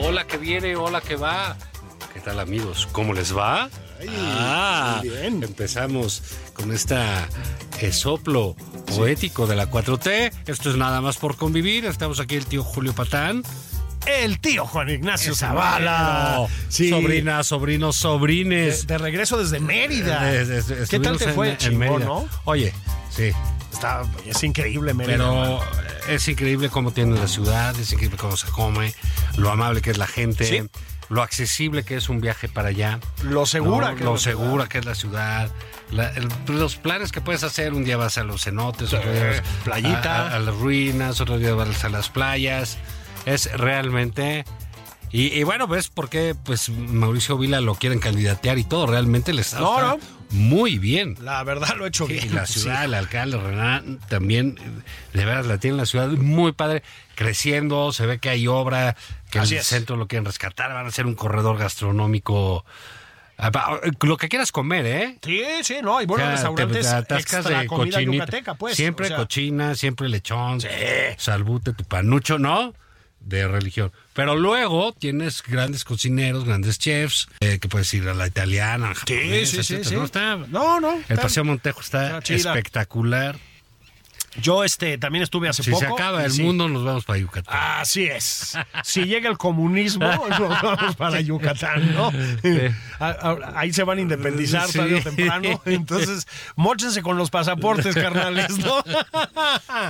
Hola que viene, hola que va. ¿Qué tal amigos? ¿Cómo les va? Ah, Empezamos con esta eh, soplo poético de la 4T. Esto es nada más por convivir. Estamos aquí el tío Julio Patán. el tío Juan Ignacio Zavala. Sí. Sobrinas, sobrinos, De, sobrines. de regreso desde Mérida. Eh, es- es- ¿Qué tal estuvimos te fue? en- en Chingón, Mérida. ¿no? Oye, sí. Está, pues, es increíble Mérida. Pero es increíble cómo tiene la ciudad, es increíble cómo se come, lo amable que es la gente, Sí. lo accesible que es un viaje para allá. Lo segura ¿no? que es lo la ciudad. segura que es la ciudad. la- el- los planes que puedes hacer, un día vas a los cenotes, otro día vas playita. A, a las ruinas, otro día vas a las playas. Es realmente... Y, y bueno, ves por qué pues, Mauricio Vila lo quieren candidatear y todo. Realmente le está No, está no. muy bien. La verdad lo he hecho Y bien. la Sí. ciudad, el alcalde Renan también, eh, de veras, la tiene la ciudad muy padre, creciendo, se ve que hay obra, que Así el es. centro lo quieren rescatar, van a hacer un corredor gastronómico, Ah, va, eh, lo que quieras comer, ¿eh? Sí, sí, no, hay buenos O sea, restaurantes te pues, atascas extra comida cochinita. yucateca, pues. Siempre o sea, cochina, siempre lechón, salbute, tu panucho, ¿no? De religión. Pero luego tienes grandes cocineros, grandes chefs, eh, que puedes ir a la italiana, a la japonesa, Sí, sí, sí, etcétera, sí. ¿no? Está- No, no. el está- Paseo Montejo está Está chida. espectacular. Yo este también estuve hace Si poco. se acaba y el sí. mundo, nos vamos para Yucatán. Así es. Si llega el comunismo, nos vamos para Yucatán, ¿no? A- a- Ahí se van a independizar Sí. tarde o temprano. Entonces, mochense con los pasaportes, carnales, ¿no?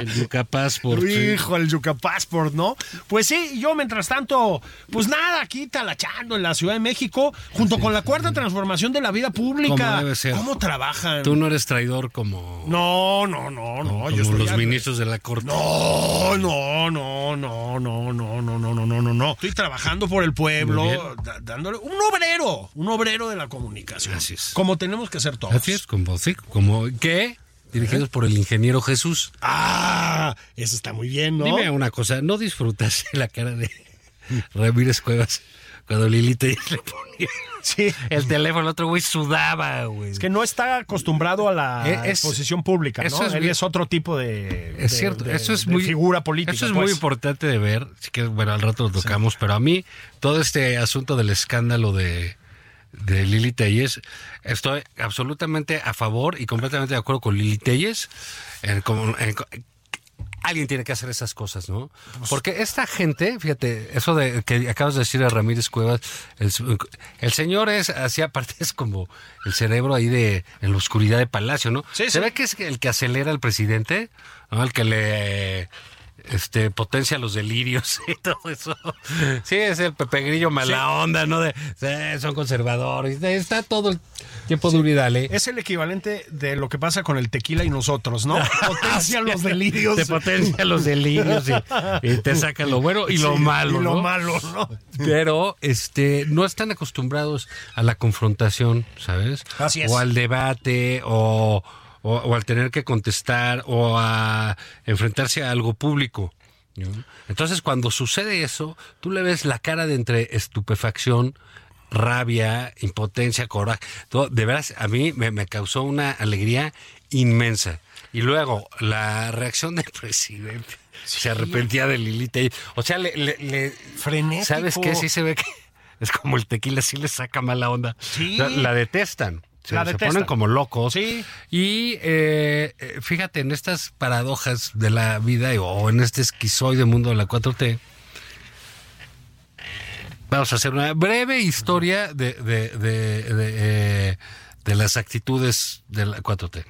el Yucapaz por Ah. Hijo, el Yuca Passport, ¿no? Pues sí, yo mientras tanto, pues nada, aquí talachando en la Ciudad de México, junto con la cuarta transformación de la vida pública. Como debe ser. ¿Cómo trabajan? Tú no eres traidor como, No, no, no, no. como yo estoy los al- ministros de la corte. no, no, no, no, no, no, no, no, no, no, no, no. Estoy trabajando por el Muy bien. pueblo, da- dándole un obrero, un obrero de la comunicación. Así es. Como tenemos que ser todos. Así es, como, sí, como ¿qué? ¿Eh? Dirigidos por el ingeniero Jesús. Ah, eso está muy bien, ¿no? Dime una cosa, ¿no disfrutas la cara de Ramírez Cuevas cuando Lilita le ponía Sí. el teléfono? El otro güey sudaba, güey. Es que no está acostumbrado a la Eh, es- exposición pública, ¿no? eso es Él bien- es otro tipo de, Es de- cierto, de- eso es de muy figura política. Eso es pues. muy importante de ver. Así que bueno, al rato lo tocamos, pero a mí todo este asunto del escándalo de de Lili Telles, estoy absolutamente a favor y completamente de acuerdo con Lili Telles. en como- en co- alguien tiene que hacer esas cosas, ¿no? Pues Porque esta gente, fíjate, eso de que acabas de decir a Ramírez Cuevas, el, su- el señor es hacía partes como el cerebro ahí de en la oscuridad de Palacio, ¿no? Sí, ¿Se sí. ve que es el que acelera al presidente? ¿no? El que le este potencia los delirios y todo eso. Sí, es el Pepe Grillo mala onda, ¿no? De, "Sí, son conservadores. Está todo el tiempo duro y dale. Es el equivalente de lo que pasa con el tequila y nosotros, ¿no? Potencia los delirios. Te potencia los delirios y, y te saca lo bueno y lo Sí, malo. Y lo ¿no? malo, ¿no? Pero este no están acostumbrados a la confrontación, ¿sabes? Así es. O al debate, o, o- o al tener que contestar, o a enfrentarse a algo público. ¿no? Entonces, cuando sucede eso, tú le ves la cara de entre estupefacción, rabia, impotencia, coraje. Todo, de veras, a mí me, me causó una alegría inmensa. Y luego, la reacción del presidente. Se arrepentía de Lilita. O sea, le- le- le, Frenético. ¿Sabes qué? Sí se ve que es como el tequila, sí le saca mala onda. Sí. La, la detestan. se, La se detestan. ponen como locos. Sí. Y eh, eh, fíjate, en estas paradojas de la vida y- o en este esquizoide mundo de la 4T, vamos a hacer una breve historia de, de- de- de, eh, de las actitudes de la 4T. El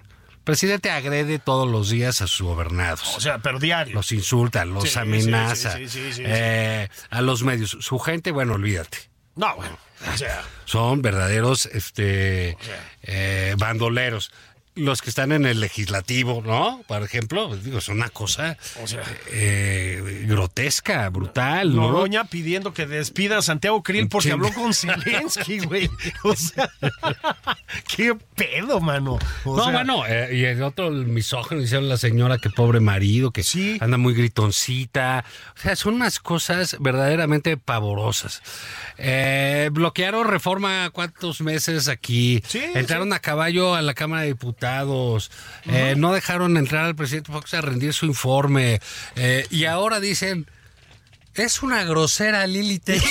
presidente agrede todos los días a sus gobernados. O sea, pero diario. Los insulta, los Sí, amenaza. sí, sí, sí, sí, sí. eh, A los medios. Su gente, bueno, olvídate. No, bueno. O sea, Son verdaderos este, sea. eh, bandoleros. Los que están en el legislativo, ¿no? Por ejemplo, pues, digo, es una cosa O sea. eh, grotesca, brutal, ¿no? Noroña pidiendo que despida a Santiago Krill porque Sí. habló con Zelensky, güey. O sea, qué pedo, mano. O no, sea, bueno, eh, y el otro, el misógino, hicieron la señora, que pobre marido, que Sí. anda muy gritoncita. O sea, son unas cosas verdaderamente pavorosas. Eh, bloquearon reforma cuántos meses aquí. Sí, Entraron a caballo a la Cámara de Diputados. Eh, no dejaron entrar al presidente Fox a rendir su informe. Eh, y ahora dicen... Es una grosera, Lili Telles".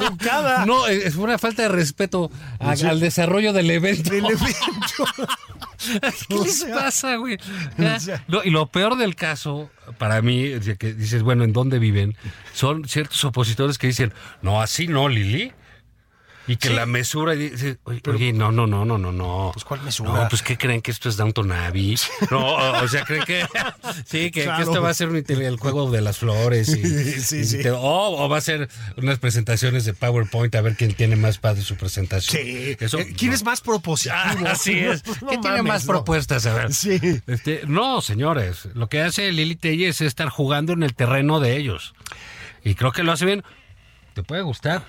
Educada. No, es es una falta de respeto a- al desarrollo del evento. Pues Del evento. ¿Qué O les sea, pasa, güey? Ah, o sea. No, y lo peor del caso, para mí, es de que dices, bueno, ¿en dónde viven? Son ciertos opositores que dicen, no, así no, Lili. Y que la mesura y dice, oye, oye, no, no, no, no, no, no. Pues, ¿cuál mesura? No, pues ¿qué creen que esto es Downton Abbey? No, o, o sea, creen que sí, que, que Claro. esto va a ser un tele- el juego de las flores y, Sí, y sí. te- o, o va a ser unas presentaciones de PowerPoint a ver quién tiene más paz de su presentación. Sí. Eso, Eh, ¿Quién no. es más propositivo? Ah, así es. ¿Qué No tiene mames, más no. propuestas? A ver. Sí. Este, no, señores. Lo que hace Lili Telle es estar jugando en el terreno de ellos. Y creo que lo hace bien. Te puede gustar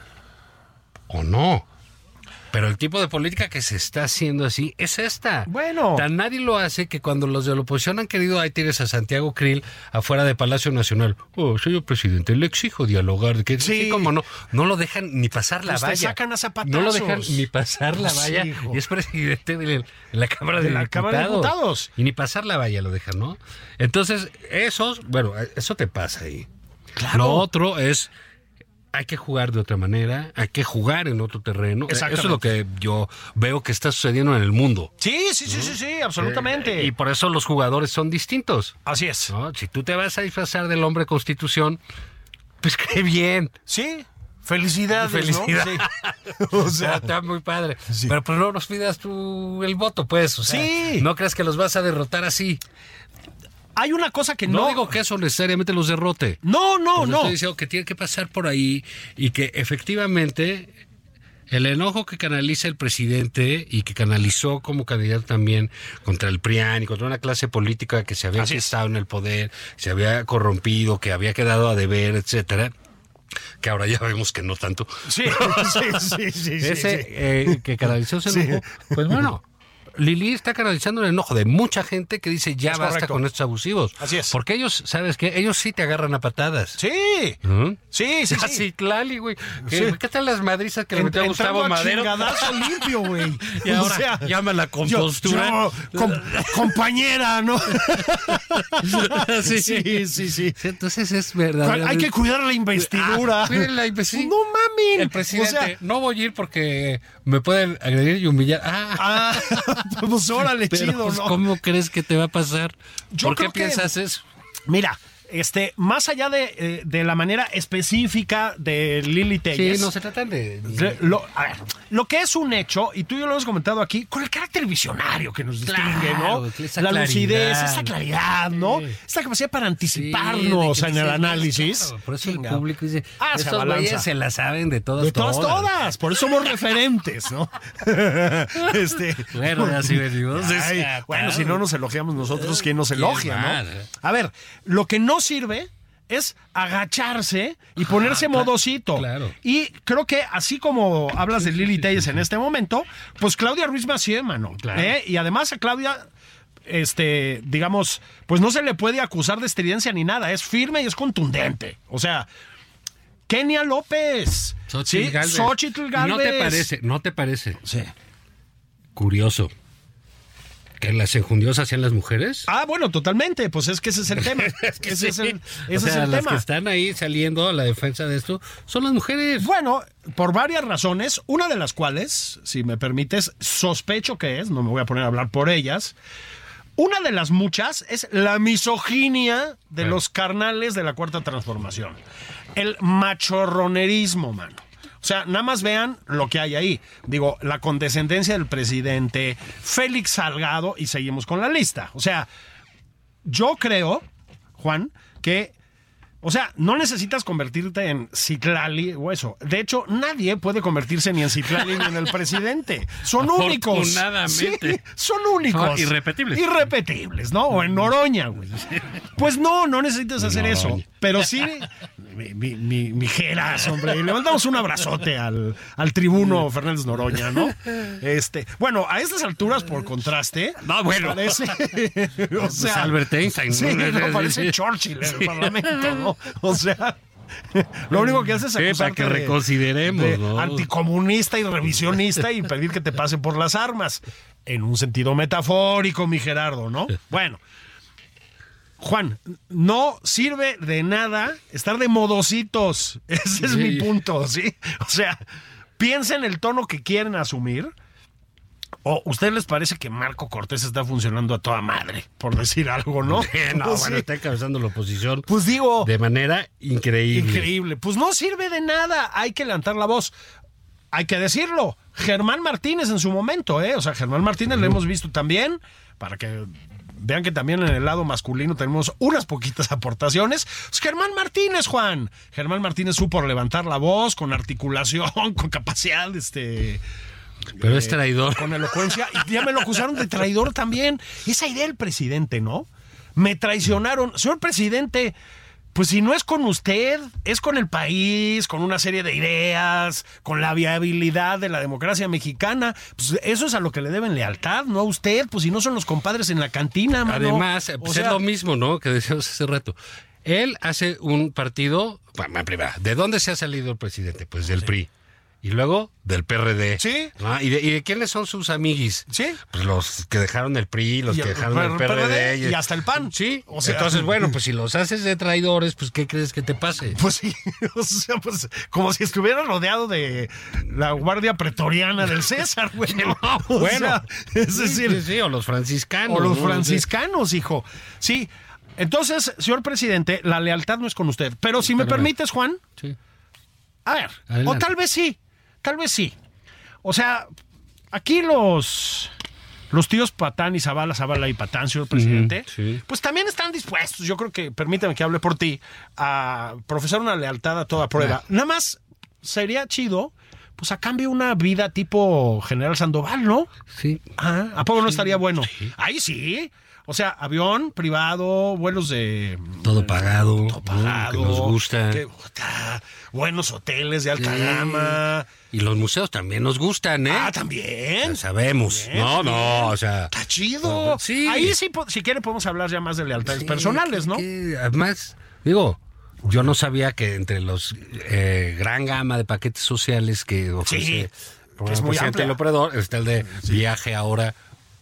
o no. Pero el tipo de política que se está haciendo así es esta. Bueno. Tan nadie lo hace que cuando los de la oposición han querido, ahí tienes a Santiago Krill afuera de Palacio Nacional. Oh, señor presidente, le exijo dialogar. Que, Sí. sí, como no. No lo dejan ni pasar la Pues te valla. sacan a No lo dejan zapatazos. Pues ni pasar la Sí, valla. hijo. y es presidente de la- de la Cámara de, De la Diputados. Cámara de Diputados. Y ni pasar la valla lo dejan, ¿no? Entonces, esos, bueno, eso te pasa ahí. Lo otro es, hay que jugar de otra manera, hay que jugar en otro terreno. Eso es Exactamente. lo que yo veo que está sucediendo en el mundo. Sí, sí, sí, sí, sí, absolutamente. Y por eso los jugadores son distintos. Así es. ¿no? Si tú te vas a disfrazar del hombre constitución, pues qué bien. Sí. Felicidades. ¿no? Felicidades. Sí. O Ah, sea, está muy padre. Sí. Pero pues no nos pidas tú el voto, pues. O sea, Sí. No creas que los vas a derrotar así. hay una cosa que No, no. digo que eso necesariamente los derrote. No, no, Pero no. Estoy diciendo que tiene que pasar por ahí y que efectivamente el enojo que canaliza el presidente y que canalizó como candidato también contra el PRIAN y contra una clase política que se había Así es. estado en el poder, se había corrompido, que había quedado a deber, etcétera, que ahora ya vemos que no tanto. Sí, sí, sí, sí, sí, Ese sí. eh, que canalizó ese enojo, pues bueno. Lili está canalizando el enojo de mucha gente que dice ya Es basta correcto. con estos abusivos. Así es. Porque ellos, ¿sabes qué? Ellos sí te agarran a patadas. Sí. ¿Mm? Sí, sí, sí. Así, Tlali, güey. ¿Qué, Sí. qué tal las madrizas que le En- metió a entrando Gustavo a Madero? chingadazo limpio, güey. Y ahora llama la yo- compostura. yo, com- compañera, ¿no? Sí. sí, sí, sí. Entonces es verdad. Hay que cuidar la investidura. Ah, cuiden la investidura. No mamen. El presidente, O sea, no voy a ir porque me pueden agredir y humillar. Ah, ah, pues órale, pero, chido, pues, ¿no? ¿cómo crees que te va a pasar? Yo ¿Por qué creo que- piensas eso? Mira, este, más allá de, eh, de la manera específica de Lili Sí, Telles. no se tratan de... Re- Lo, a ver, lo que es un hecho, y tú y yo lo hemos comentado aquí, con el carácter visionario que nos distingue, Claro, ¿no? esa la claridad. lucidez, esa claridad, ¿no? Esta capacidad para Sí, anticiparnos de que en el dices, análisis. claro, por eso Chinga. el público dice, Ah, se esos abalanza. güeyes se la saben de todas, De todas, todas. Por eso somos referentes, ¿no? este, Bueno, ya sí venimos Ay, bueno, desatados. si no nos elogiamos nosotros, ¿quién nos elogia, más? no? A ver, lo que no sirve es agacharse y ponerse modosito. Ah, claro. Y creo que así como hablas de Lili Telles en este momento, pues Claudia Ruiz Macié, mano. Claro. ¿eh? Y además a Claudia... Este, digamos, pues no se le puede acusar de estridencia ni nada, es firme y es contundente. O sea, Kenia López, Xochitl ¿sí? Gálvez. Xochitl ¿No te Gálvez. parece? ¿No te parece? Sí. Curioso. que las enjundiosas sean las mujeres. Ah, bueno, totalmente. Pues es que ese es el tema. ese es el, ese o sea, es el las tema. que están ahí saliendo a la defensa de esto son las mujeres. Bueno, por varias razones, una de las cuales, si me permites, sospecho que es, no me voy a poner a hablar por ellas, una de las muchas es la misoginia de los carnales de la Cuarta Transformación. El machorronerismo, mano. O sea, nada más vean lo que hay ahí. Digo, la condescendencia del presidente, Félix Salgado, y seguimos con la lista. O sea, yo creo, Juan, que o sea, no necesitas convertirte en Citlali o eso. De hecho, nadie puede convertirse ni en Citlali ni en el presidente. Son únicos. Afortunadamente. Sí, son únicos. Son irrepetibles. Irrepetibles, ¿no? O en Noroña, güey. Pues no, no necesitas hacer eso. Pero sí, mi, mi, mi- mi Geras, hombre. Y Le mandamos un abrazote al, al tribuno Fernández Noroña, ¿no? Este, bueno, a estas alturas, por contraste. No, bueno. Parece, o sea, Pues Albert Einstein, Sí, ¿no? no, parece Churchill en el Parlamento, ¿no? O sea, lo único que hace es Sí, para acusarte que de- reconsideremos, de ¿no? anticomunista y revisionista y pedir que te pase por las armas. En un sentido metafórico, mi Gerardo, ¿no? Bueno. Juan, no sirve de nada estar de modositos. Ese es Sí. mi punto, ¿sí? O sea, piensen el tono que quieren asumir. ¿O usted les parece que Marco Cortés está funcionando a toda madre, por decir algo, no? no, Pues bueno, sí. está encabezando la oposición Pues digo, de manera increíble. increíble. Pues no sirve de nada, hay que levantar la voz. Hay que decirlo. Germán Martínez en su momento, ¿eh? O sea, Germán Martínez lo hemos visto también, para que vean que también en el lado masculino tenemos unas poquitas aportaciones. Pues Germán Martínez, Juan. Germán Martínez supo levantar la voz con articulación, con capacidad, este Pero es traidor. con elocuencia y ya me lo acusaron de traidor también. Esa idea del presidente, ¿no? Me traicionaron. Señor presidente, pues si no es con usted, es con el país, con una serie de ideas, con la viabilidad de la democracia mexicana. Pues eso es a lo que le deben lealtad, no a usted. Pues si no son los compadres en la cantina, mano. Además, eh, Ah, O pues sea, es lo mismo, ¿no? Que decíamos hace rato. Él hace un partido, bueno, en primera, ¿de dónde se ha salido el presidente? Pues del PRI. Y luego del PRD. Sí. ¿no? ¿Y, de, y de quiénes son sus amiguis? Sí. Pues los que dejaron el PRI, los Y que el dejaron el PRD, PRD. y hasta el PAN. Sí. O sea- Entonces, bueno, pues si los haces de traidores, pues ¿qué crees que te pase? Pues sí, o sea, pues como si estuviera rodeado de la guardia pretoriana del César, güey. ¿no? O bueno, sea, es decir, sí, sí, o los franciscanos. O los ¿no? franciscanos, hijo. Sí. Entonces, señor presidente, la lealtad no es con usted. Pero si me permites, Juan, Sí. a ver, o Adelante. tal vez sí, tal vez sí. O sea, aquí los los tíos Patán y Zavala, Zavala y Patán, señor presidente, sí. pues también están dispuestos, yo creo que, permítame que hable por ti, a profesar una lealtad a toda prueba. Nada más sería chido, pues a cambio una vida tipo General Sandoval, ¿no? Sí. Ah, ¿a poco no estaría bueno? Ahí sí. O sea, avión privado, vuelos de Todo pagado. todo ¿no? pagado, Lo que nos gusta. que, puta, buenos hoteles de alta Sí. gama. Y los museos también nos gustan, ¿eh? Ah, también. Ya sabemos. Bien, no, no, o sea. Está chido. Sí. Ahí sí, po- si quiere, podemos hablar ya más de lealtades Pues, personales, ¿no? Que- además, digo, yo no sabía que entre los eh, gran gama de paquetes sociales que ofrece que es el muy presidente amplia. el operador está el de viaje ahora.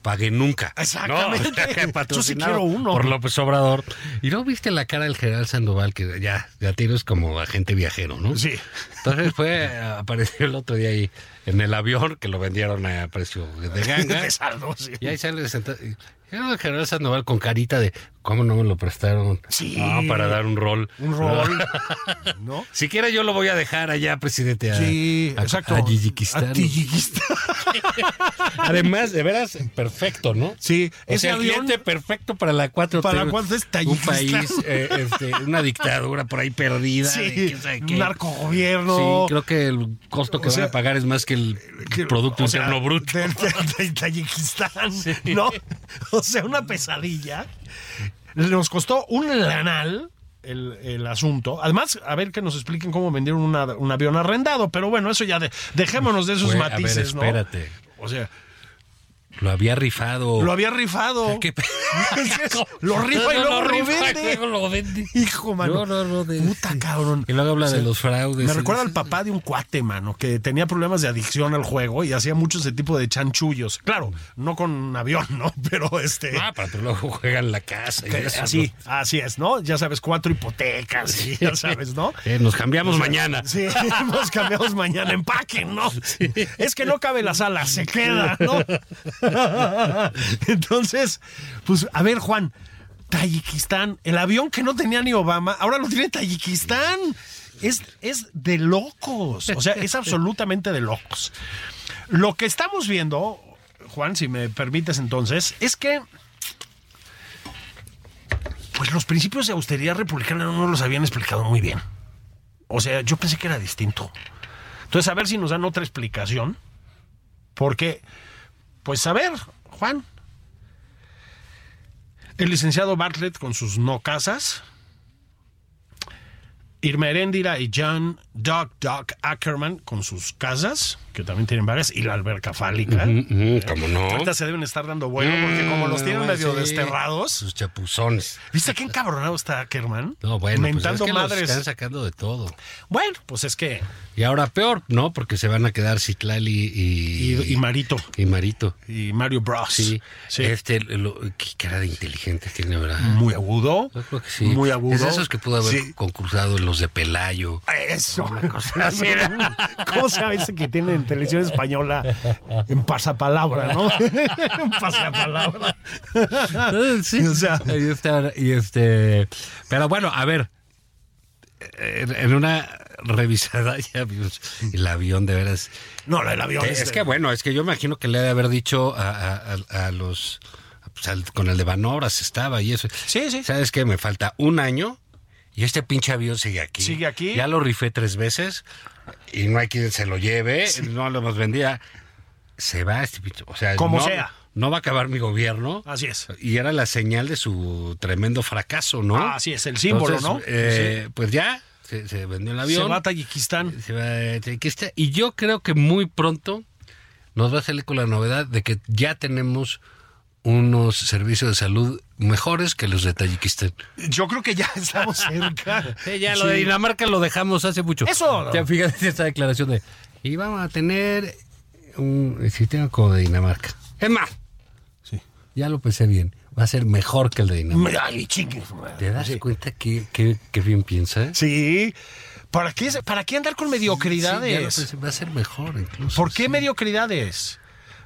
Pague nunca. Exactamente. ¿no? Yo sí Patrocinado quiero uno. Por López Obrador. Y no viste la cara del general Sandoval, que ya, ya tienes como agente viajero, ¿no? Sí. Entonces fue, apareció el otro día ahí en el avión, que lo vendieron a precio de ganga. De saldo, sí. Y ahí sale sentado. y Era el general Sandoval con carita de cómo no me lo prestaron. Sí. Ah, para dar un rol. Un rol, ¿no? Siquiera yo lo voy a dejar allá, presidente. a- Sí, a- exacto. A Yiyikistán. A Tiyikistán. Además, de veras, perfecto, ¿no? Sí, O ese sea, el avión. cliente perfecto para la 4 Para la 4T es Un Tayikistán. país, eh, este, una dictadura por ahí perdida. de Sí, quién sabe qué. un narcogobierno. Sí, creo que el costo que O van sea, a pagar es más que el que- Producto o sea, Interno Bruto. Del, del- del Tayikistán, ¿no? O sea, una pesadilla. Nos costó un lanal el, el asunto. Además, a ver que nos expliquen cómo vendieron una- un avión arrendado, pero bueno, eso ya de- dejémonos de esos Fue- a ver, matices, ¿no? espérate. O sea, Lo había rifado. Lo había rifado. Oh. ¿Qué pe- Lo rifa y luego lo vende. y luego lo vende. Hijo, mano. No, no, no, de- Puta cabrón. Y luego habla de los fraudes. Me recuerda al papá de un cuate, mano, que tenía problemas de adicción al juego y hacía mucho ese tipo de chanchullos. Claro, no con un avión, ¿no? Pero este. Ah, pero luego juega en la casa. y que- eso, así, ¿no? así es, ¿no? Ya sabes, cuatro hipotecas, y ya sabes, ¿no? Eh, nos cambiamos mañana. Sí, nos cambiamos mañana. Empaquen, ¿no? Es que no cabe la sala, se queda, ¿no? Entonces, pues, a ver, Juan, Tayikistán, el avión que no tenía ni Obama, ahora lo tiene Tayikistán. Es, es de locos. O sea, es absolutamente de locos. Lo que estamos viendo, Juan, si me permites entonces, es que. Pues los principios de austeridad republicana no nos los habían explicado muy bien. O sea, yo pensé que era distinto. Entonces, a ver si nos dan otra explicación. Porque, pues a ver, Juan. El licenciado Bartlett con sus no casas. Irma Heréndira y John Doc Doc Ackerman con sus casas, que también tienen varias, y la alberca fálica. Mm, ¿Cómo no? Ahorita se deben estar dando vuelo porque como los tienen Mm, medio sí. desterrados. Sus chapuzones. ¿Viste qué encabronado está Ackerman? No, bueno, pues, es Mentando que los madres. están sacando de todo. Bueno, pues es que. Y ahora peor, ¿no? Porque se van a quedar Citlali y, Y, y Marito. y Marito. Y Mario Bros. Sí, Sí. Este, lo- qué cara de inteligente tiene, ¿verdad? Muy agudo. Yo creo que sí. Muy agudo. Es de esos que pudo haber Sí. concursado en los de Pelayo. Eso. ¿Cómo sabes que tiene en televisión española en pasapalabra, no? en pasapalabra. sí. O sea. Ahí está, y este. Pero bueno, a ver. En, en una revisada ya vimos el avión de veras. No, el avión. este. Es, que bueno, es que yo imagino que le ha de haber dicho a, a- a- a los. pues, al- con el de Banobras estaba y eso. Sí, sí. ¿Sabes qué? Me falta un año y este pinche avión sigue aquí. Sigue aquí. Ya lo rifé tres veces y no hay quien se lo lleve, no lo hemos vendía. Se va este pinche. O sea, Como no, sea. No va a acabar mi gobierno. Así es. Y era la señal de su tremendo fracaso, ¿no? Así es, el símbolo, Entonces, ¿no? eh, Pues ya, se, se vendió el Se avión. va a Tayikistán. Se va eh, a Tayikistán. Y yo creo que muy pronto nos va a salir con la novedad de que ya tenemos unos servicios de salud mejores que los de Tayikistán. Yo creo que ya estamos cerca. Sí, ya lo de Dinamarca lo dejamos hace mucho. Eso. Ya fíjate esta declaración de. Y vamos a tener un sistema como de Dinamarca. Es más, ya lo pensé bien. Va a ser mejor que el de Dinamarca. Ay, chingue su madre. ¿Te das cuenta que, que- que bien piensa? Sí. ¿Para qué, ¿Para qué andar con Sí, ya lo mediocridades? pensé, va a ser mejor incluso. ¿Por qué mediocridades?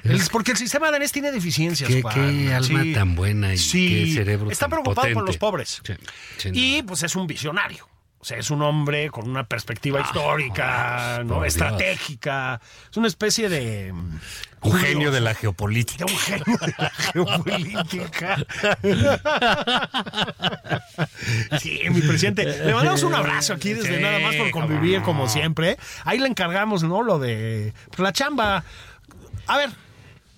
El- porque el sistema danés tiene deficiencias. Qué, Juan. qué alma Sí. tan buena y Sí. qué cerebro Está tan preocupado por potente. los pobres. Sí, sí, Y pues es un visionario. O sea, es un hombre con una perspectiva histórica, Ah, por ¿no? Dios. estratégica. Es una especie de. no. Un genio de la geopolítica. de un genio de la geopolítica. Sí, mi presidente. Le mandamos un abrazo aquí desde Sí, nada más por convivir, como siempre. Ahí le encargamos, ¿no? Lo de pues, la chamba. A ver,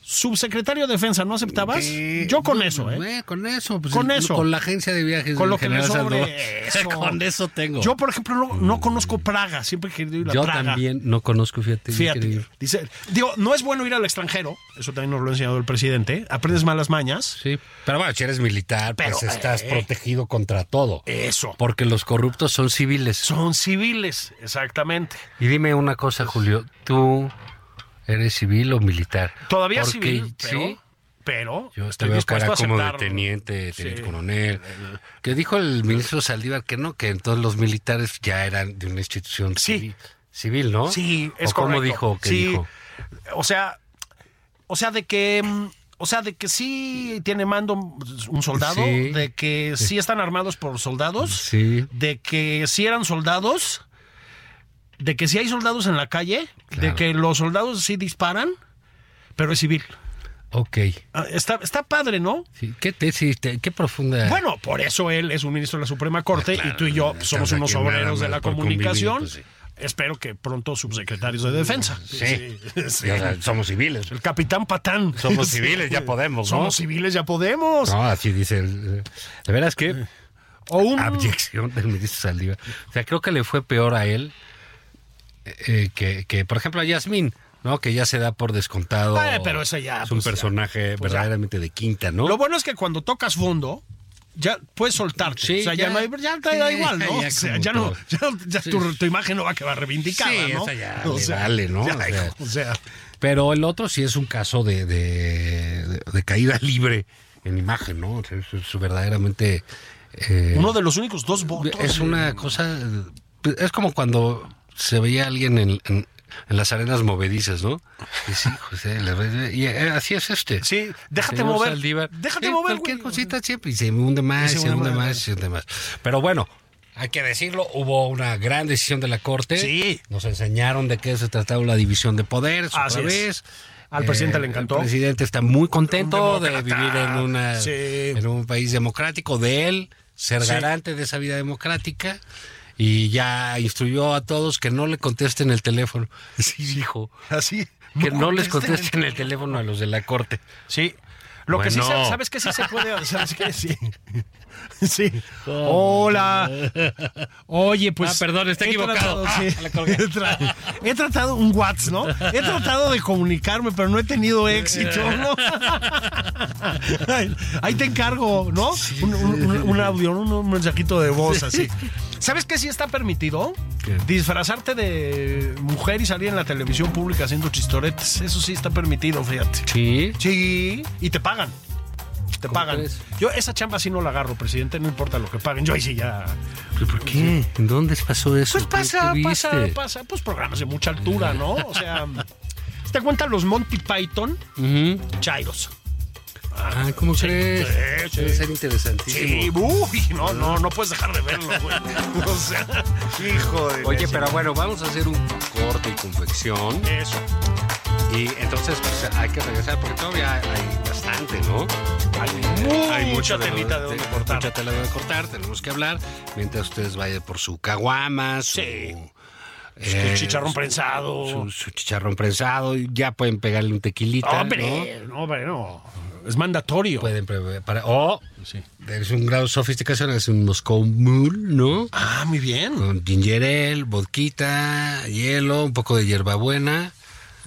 subsecretario de Defensa, ¿no aceptabas? Sí. Yo con eso, ¿eh? Eh, con eso, pues, Con el- eso. Con la agencia de viajes. Con del lo que me general sobre. Sandoval. Con eso tengo. Yo, por ejemplo, no, no conozco Praga. Siempre he querido ir a Yo Praga. también no conozco, fíjate. Fíjate, increíble. dice, digo, no es bueno ir al extranjero, eso también nos lo ha enseñado el presidente, aprendes malas mañas. Sí. Pero bueno, si eres militar, Pero, pues estás eh, protegido contra todo. Eso. Porque los corruptos son civiles. Son civiles, exactamente. Y dime una cosa, Pues, Julio, ¿tú eres civil o militar? Todavía Porque, civil, pero, sí, pero yo te estoy veo dispuesto cara como de aceptar- teniente, teniente Sí. coronel. Que dijo el ministro Saldívar que no, que entonces los militares ya eran de una institución Sí. civil, civil, ¿no? Sí, es ¿O cómo correcto. dijo que Sí, dijo? O sea, o sea de que mm, o sea, de que sí tiene mando un soldado, Sí. de que sí están armados por soldados, Sí. de que sí eran soldados, de que sí hay soldados en la calle, de Claro. que los soldados sí disparan, pero es civil. Ok. Ah, Está, está padre, ¿no? Sí, ¿Qué tesis? te- ¿Qué profunda? Bueno, por eso él es un ministro de la Suprema Corte Eh. Ah, Claro, y tú y yo estamos somos unos aquí nada obreros más de la por comunicación. convivir, pues Espero que pronto subsecretarios de defensa. sí. Sí, sí. O sea, somos civiles. El capitán Patán. Somos Sí. civiles, ya podemos, ¿no? Somos civiles, ya podemos. No, así dice. el- De veras Eh. que O un... Ah, pues abyección del ministro Saldívar. O sea, creo que le fue peor a él eh, que, que, por ejemplo, a Yasmín. ¿no? Que ya se da por descontado. Eh, pero eso ya, Es un pues, ya. personaje Pues ya. verdaderamente de quinta, ¿no? Lo bueno es que cuando tocas fondo, ya puedes soltarte. Sí, o sea, ya, ya. no hay- ya te da Sí, igual, ¿no? ya o sea, como ya no, todo. ya, ya tu, tu imagen no va a quedar reivindicada, Sí, ¿no? o sea, ya le vale, ¿no? ya, O sea. o sea, Pero el otro sí es un caso de, de- de- de caída libre en imagen, ¿no? Es, es verdaderamente. eh, uno de los únicos dos votos. es una cosa. Es como cuando se veía a alguien en, en- en las arenas movedizas, ¿no? Y sí, José, la verdad, y eh, así es este. Sí, déjate Señor mover. Saldívar. Déjate Sí, mover, Cualquier güey. cosita siempre. Y se hunde más, Y se, se hunde hunde más, más. se hunde más. Pero bueno. Hay que decirlo, hubo una gran decisión de la Corte. Sí. Nos enseñaron de qué se trataba la división de poderes Así otra es. vez. Al presidente le encantó. El presidente está muy contento Un de demócrata. vivir en, una, Sí. en un país democrático, de él, ser Sí. garante de esa vida democrática. Y ya instruyó a todos que no le contesten el teléfono. Sí, dijo. Así. Que no les contesten el teléfono a los de la corte. Sí. Lo que sí, Bueno. se- ¿sabes que sí se puede? ¿Sabes qué? Sí. Sí. Hola. Oye, pues. Ah, perdón, está he equivocado. tratado- Ah, sí. le colgué. He tra- he tratado un WhatsApp, ¿no? He tratado de comunicarme, pero no he tenido éxito, ¿no? Ay, Ahí te encargo, ¿no? Un, un- un- un audio, un, un mensajito de voz así. ¿Sabes qué sí está permitido? ¿Qué? Disfrazarte de mujer y salir en la televisión pública haciendo chistoretes. Eso sí está permitido, fíjate. Sí. Sí, y te pagan. Te ¿Cómo pagan. crees? Yo esa chamba sí no la agarro, presidente, no importa lo que paguen. Yo ahí sí ya. ¿Por qué? ¿En dónde pasó eso? Pues Pues, ¿Qué pasa, pasa, tuviste? pasa. Pues programas de mucha altura, ¿no? O sea, te cuentan los Monty Python Ujú. Chairos. Ah, ¿cómo crees? sí. Debe ser interesantísimo. Sí, uy, no, no, no puedes dejar de verlo, güey. O sea, hijo de. Oye, pero bueno, vamos a hacer un corte y confección. Eso. pues, Y entonces pues, hay que regresar porque todavía hay bastante, ¿no? Hay Eh, mucha mucho telita de dónde cortar. Mucha tela de dónde cortar, tenemos que hablar. Mientras ustedes vayan por su caguama, su, Sí. eh, chicharrón su- prensado. Su, su chicharrón prensado, y ya pueden pegarle un tequilita, ¿no? hombre, no, hombre, no. Es mandatorio. Pueden pre- para o Sí. es un grado de sofisticación, es un Moscow Mule, ¿no? Ah, muy bien. Con ginger ale, vodquita, hielo, un poco de hierbabuena.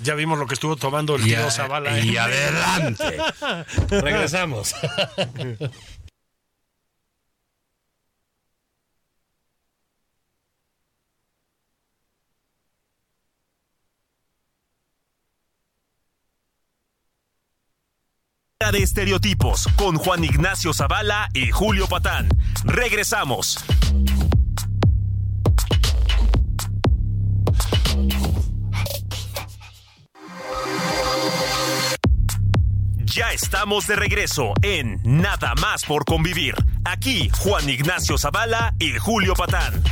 Ya vimos lo que estuvo tomando el Y, tío a- Zavala. y ¿eh? adelante. Regresamos. de estereotipos con Juan Ignacio Zavala y Julio Patán. Regresamos. Ya estamos de regreso en Nada más por convivir. Aquí Juan Ignacio Zavala y Julio Patán.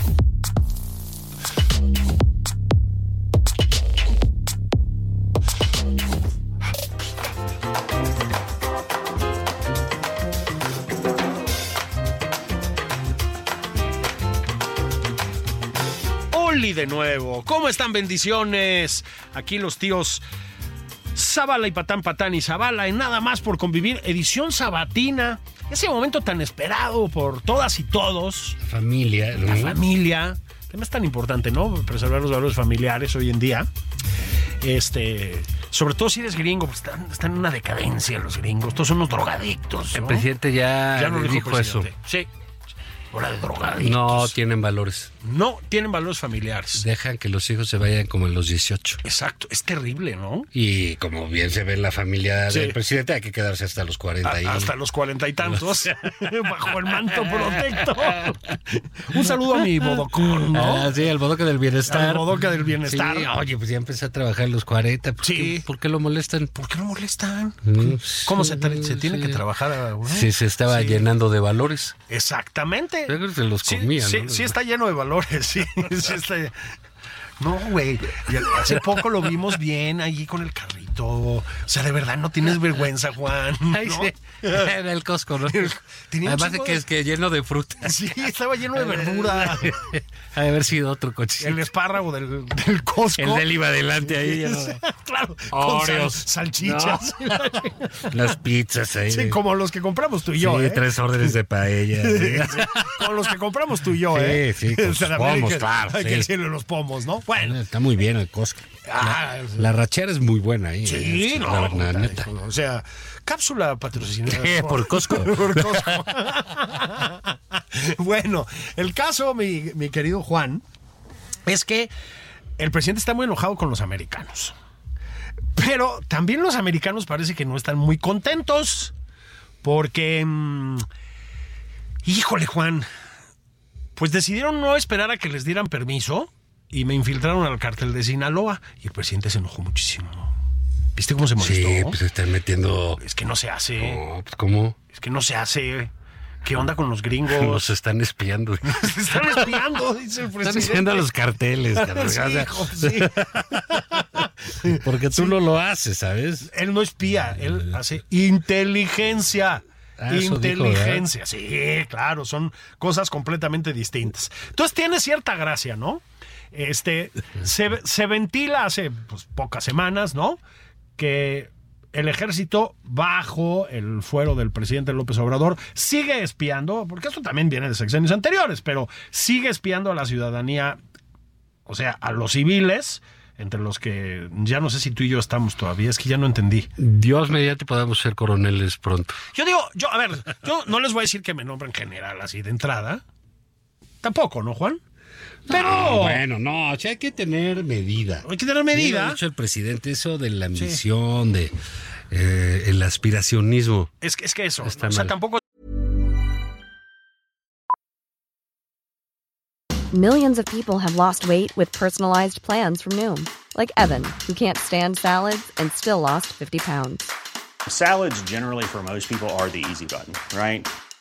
Oli de nuevo. ¿Cómo están? Bendiciones. Aquí los tíos Zabala y Patán Patán y Zabala en Nada más por convivir. Edición sabatina. Ese momento tan esperado por todas y todos. Familia, ¿no? La familia. Tema es tan importante, ¿no? Preservar los valores familiares hoy en día. Este. Sobre todo si eres gringo, pues están, están en una decadencia los gringos. Todos son unos drogadictos. El ¿no? presidente ya, Ya no les dijo, dijo eso. presidente. Sí. Hora de drogadictos. No tienen valores. No tienen valores familiares. Dejan que los hijos se vayan como en los 18. Exacto, es terrible, ¿no? Y como bien se ve en la familia Sí. del presidente, hay que quedarse hasta los 40. y- A- hasta los cuarenta y tantos, bajo el manto protector. Un saludo a mi bodocón, Ah, ¿no? sí, el bodoque del bienestar. Al bodoque del bienestar. Sí, oye, pues ya empecé a trabajar en los 40. ¿Por, Sí. qué, por qué lo molestan? ¿Por qué no molestan? Mm, ¿Cómo sí, se, tra- se tiene sí. que trabajar? a uno? Sí, se estaba Sí. llenando de valores. Exactamente. Yo creo que se los Sí, comía, sí, ¿no? sí está lleno de valores, sí, sí está- No, güey. Y al- Hace poco lo vimos bien allí con el carrito esto. O sea, de verdad no tienes vergüenza, Juan. Ay, ¿no? sí. Era el Costco, ¿no? Tenía un Además de chingo que de- es que lleno de frutas. Sí, estaba lleno de verdura. Ha de haber sido otro coche. El espárrago del, del Costco. El del iba adelante ahí. ya no- claro, con sal- Oreos. salchichas. Las pizzas ahí. Sí, de- como los que compramos tú y yo, Sí, ¿eh? tres órdenes de paella. ¿sí? Como los que compramos tú y yo, Sí, ¿eh? sí, con sus En América pomos, claro, Hay sí. que decirle los pomos, ¿no? Bueno, Está muy bien el Costco. Ah, La, la rachera es muy buena ahí. Sí, ¿eh? no, La- puta, la neta. hijo, O sea, cápsula patrocinada. ¿Qué? ¿Por Costco? Por Costco. bueno, el caso, mi, mi querido Juan, es que el presidente está muy enojado con los americanos. Pero también los americanos parece que no están muy contentos. Porque. mm, híjole, Juan. Pues decidieron no esperar a que les dieran permiso y me infiltraron al cártel de Sinaloa. Y el presidente se enojó muchísimo. ¿Viste cómo se molestó? Sí, pues están metiendo. Es que no se hace. No, pues, ¿Cómo? Es que no se hace. ¿Qué onda con los gringos? Nos están espiando. Se están espiando, dice el Están presidente. espiando a los carteles, cabrón. O Sí, sea, hijo, sí. Porque tú no lo haces, ¿sabes? Él no espía, él hace inteligencia. Ah, eso dijo, inteligencia, sí, claro, son cosas completamente distintas. Entonces tiene cierta gracia, ¿no? Este se, se ventila hace pues, pocas semanas, ¿no? Que el ejército bajo el fuero del presidente López Obrador sigue espiando, porque esto también viene de sexenios anteriores, pero sigue espiando a la ciudadanía o sea, a los civiles, entre los que ya no sé si tú y yo estamos todavía, es que ya no entendí. Dios mediante podamos ser coroneles pronto. Yo digo, yo, a ver, yo no les voy a decir que me nombren general así de entrada. Tampoco, ¿no, Juan? No, Pero Ah, bueno, no, o sea, hay que tener medida. hay que tener Bien lo ha medida. dicho el presidente eso de la ambición, de eh, el aspiracionismo. Es que, es que eso, Está ¿no? o sea, mal. tampoco Millions of people have lost weight with personalized plans from Noom, like Evan, who can't stand salads and still lost 50 pounds. Salads, generally, for most people, are the easy button, right?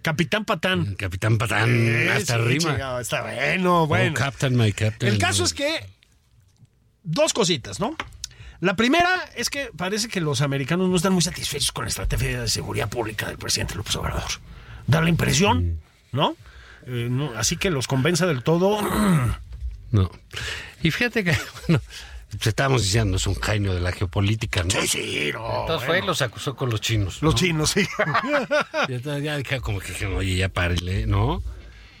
Capitán Patán. Capitán Patán, hasta Sí, rima. chingado, Está bueno, Bueno. bueno. Captain, my Captain. El caso es que dos cositas, ¿no? La primera es que parece que los americanos no están muy satisfechos con la estrategia de seguridad pública del presidente López Obrador. Da la impresión, ¿no? Eh, no, así que los convence del todo. No. Y fíjate que, bueno, pues estábamos diciendo, es un jaino de la geopolítica, ¿no? Sí, sí, no, ¿eh? Entonces fue y bueno. los acusó con los chinos. Los chinos, sí. Y entonces ya dije, como que dijeron, oye, ya párele, ¿no?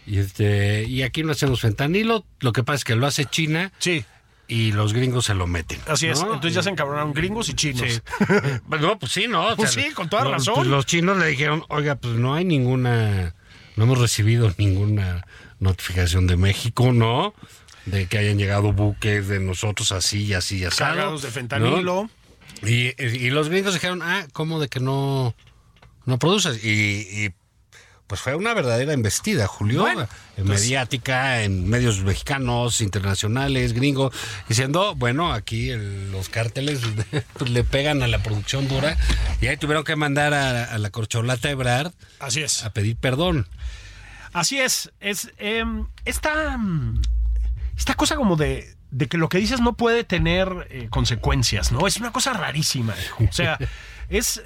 Y, este, y aquí no hacemos fentanilo, lo que pasa es que lo hace China sí, y los gringos se lo meten. así es. ¿no? Entonces ya se encabronaron gringos y chinos. Sí. Pues no, pues sí, ¿no? O Pues sí, con toda lo- razón. pues los chinos le dijeron, oiga, pues no hay ninguna, no hemos recibido ninguna notificación de México, ¿no? De que hayan llegado buques de nosotros así y así y así. Cargados de fentanilo. Y, y los gringos dijeron, ah, ¿cómo de que no, no produces? Y, y, pues fue una verdadera embestida, Julio, Bueno, eh, pues, mediática, en medios mexicanos, internacionales, gringos, diciendo, bueno, aquí el- los cárteles pues, le pegan a la producción dura y ahí tuvieron que mandar a, a la corcholata Ebrard Así es. a pedir perdón. Así es, es em, esta, mm, esta cosa como de, de que lo que dices no puede tener eh, consecuencias, ¿no? Es una cosa rarísima, hijo. O sea, es,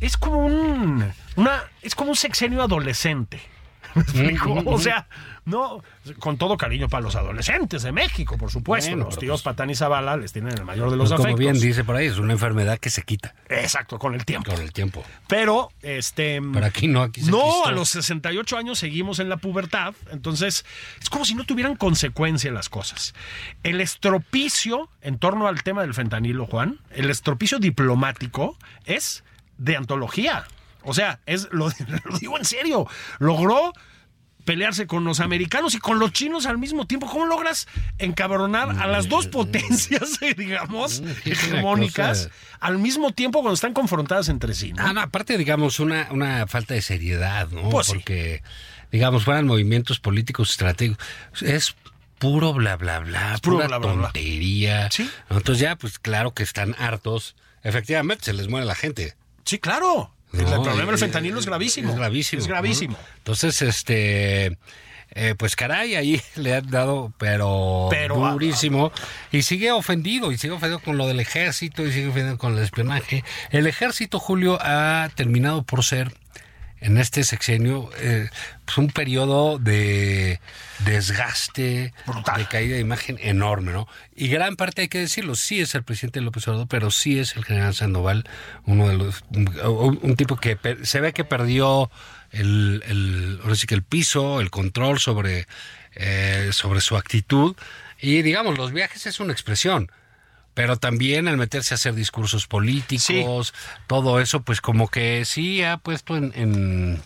es como un una, es como un sexenio adolescente. ¿Me explico? O sea, no, con todo cariño para los adolescentes de México, por supuesto. Bueno, los pero tíos Patán y Zavala les tienen el mayor de los Pues, como afectos. bien dice por ahí, es una enfermedad que se quita Exacto, con el tiempo. con el tiempo. Pero, este. Pero aquí no, aquí se No, quistó. a los 68 años seguimos en la pubertad. Entonces, es como si no tuvieran consecuencia las cosas. El estropicio en torno al tema del fentanilo, Juan, el estropicio diplomático es de antología. O sea, es lo, lo digo en serio. Logró pelearse con los americanos y con los chinos al mismo tiempo. ¿Cómo logras encabronar a las dos potencias, digamos, que Mm, es una hegemónicas cosa- al mismo tiempo cuando están confrontadas entre sí? ¿no? Ah, no, aparte, digamos, una, una falta de seriedad, ¿no? Pues sí. Porque, digamos, fueran movimientos políticos estratégicos. Es puro bla, bla, bla, puro pura bla, bla, bla. tontería. Sí. ¿no? Entonces ya, pues claro que están hartos. Efectivamente, se les muere la gente. Sí, claro. el No, problema del eh, fentanilo es gravísimo. Es gravísimo. Es gravísimo. ¿no? Entonces, este. eh, pues caray, ahí le han dado, pero, Pero, ah, durísimo. Y sigue ofendido, y sigue ofendido con lo del ejército, y sigue ofendido con el espionaje. El ejército, Julio, ha terminado por ser, en este sexenio, eh, pues, un periodo de desgaste, Brutal. de caída de imagen enorme, ¿no? Y gran parte, hay que decirlo, sí es el presidente López Obrador, pero sí es el general Sandoval, uno de los. Un, un tipo que per- se ve que perdió el, el, ahora sí que el piso, el control sobre, eh, sobre su actitud. Y digamos, los viajes es una expresión. Pero también al meterse a hacer discursos políticos, todo eso, pues como que sí ha puesto en- en,